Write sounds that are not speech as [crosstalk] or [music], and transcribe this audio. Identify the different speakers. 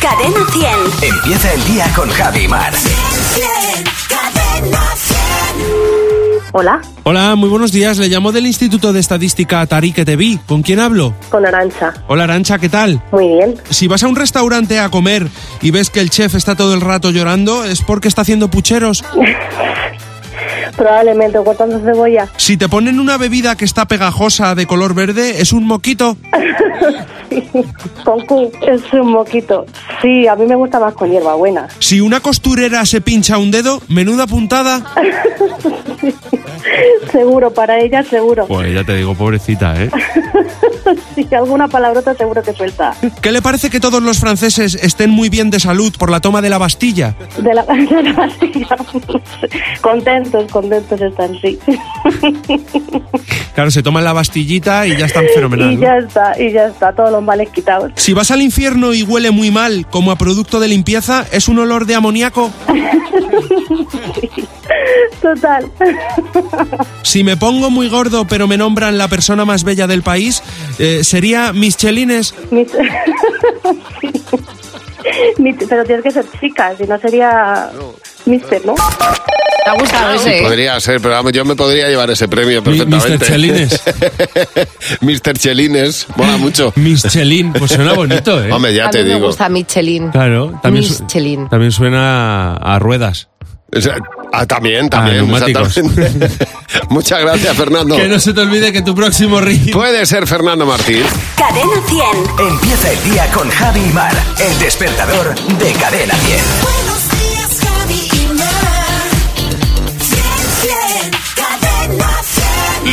Speaker 1: Cadena 100.
Speaker 2: Empieza el día con Javi Mar.
Speaker 1: Cadena 100.
Speaker 3: Hola,
Speaker 4: Hola, muy buenos días. Le llamo del Instituto de Estadística Atari que te vi. ¿Con quién hablo?
Speaker 3: con Arancha.
Speaker 4: Hola, Arancha, ¿qué tal?
Speaker 3: Muy bien.
Speaker 4: Si vas a un restaurante a comer y ves que el chef está todo el rato llorando, es porque está haciendo pucheros.
Speaker 3: Probablemente cortando cebolla.
Speaker 4: Si te ponen una bebida que está pegajosa de color verde, es un moquito.
Speaker 3: Con Q. Es un moquito. Sí, a mí me gusta más con hierbabuena. [laughs]
Speaker 4: Si una costurera se pincha un dedo, menuda puntada.
Speaker 3: seguro, para ella seguro.
Speaker 4: Pues ya te digo, pobrecita, ¿eh?
Speaker 3: sí, alguna palabrota seguro que suelta.
Speaker 4: ¿Qué le parece que todos los franceses estén muy bien de salud por la toma de la Bastilla?
Speaker 3: De la, [laughs] de la pastilla. contentos, contentos están, sí.
Speaker 4: Claro, se toman la Bastillita [laughs] y ya están
Speaker 3: [laughs]
Speaker 4: fenomenal.
Speaker 3: y
Speaker 4: ¿no?
Speaker 3: ya está, y ya está, todos los males quitados.
Speaker 4: Si vas al infierno y huele muy mal, como a producto de limpieza, es un olor de amoníaco.
Speaker 3: Total. [laughs]
Speaker 4: Si me pongo muy gordo pero me nombran la persona más bella del país, eh, sería Michelines.
Speaker 3: Mis- Sí. [laughs] Mi- Pero tienes que ser chica, si no sería mister, ¿no?
Speaker 5: ¿Te ha gustado ese? eh?
Speaker 6: Podría ser, pero vamos, yo me podría llevar ese premio
Speaker 4: Mi-
Speaker 6: perfectamente.
Speaker 4: Mr.
Speaker 6: [laughs]
Speaker 4: Chelines.
Speaker 6: Mr. Chelines, mola mucho.
Speaker 4: Michelin, pues suena bonito, ¿eh?
Speaker 6: Hombre, ya
Speaker 5: a
Speaker 6: te
Speaker 5: mí me
Speaker 6: digo.
Speaker 5: gusta Michelin.
Speaker 4: Claro, también, su-
Speaker 5: Michelin.
Speaker 4: también suena a ruedas.
Speaker 6: O sea, ah, también, también.
Speaker 4: neumáticos.
Speaker 6: exactamente. [laughs] Muchas gracias, Fernando.
Speaker 4: Que no se te olvide que tu próximo ritmo...
Speaker 6: Puede ser Fernando Martín.
Speaker 1: Cadena 100.
Speaker 2: Empieza el día con Javi Mar. El despertador de Cadena 10.
Speaker 1: Buenos días, Javi y Mar. Cadena 100.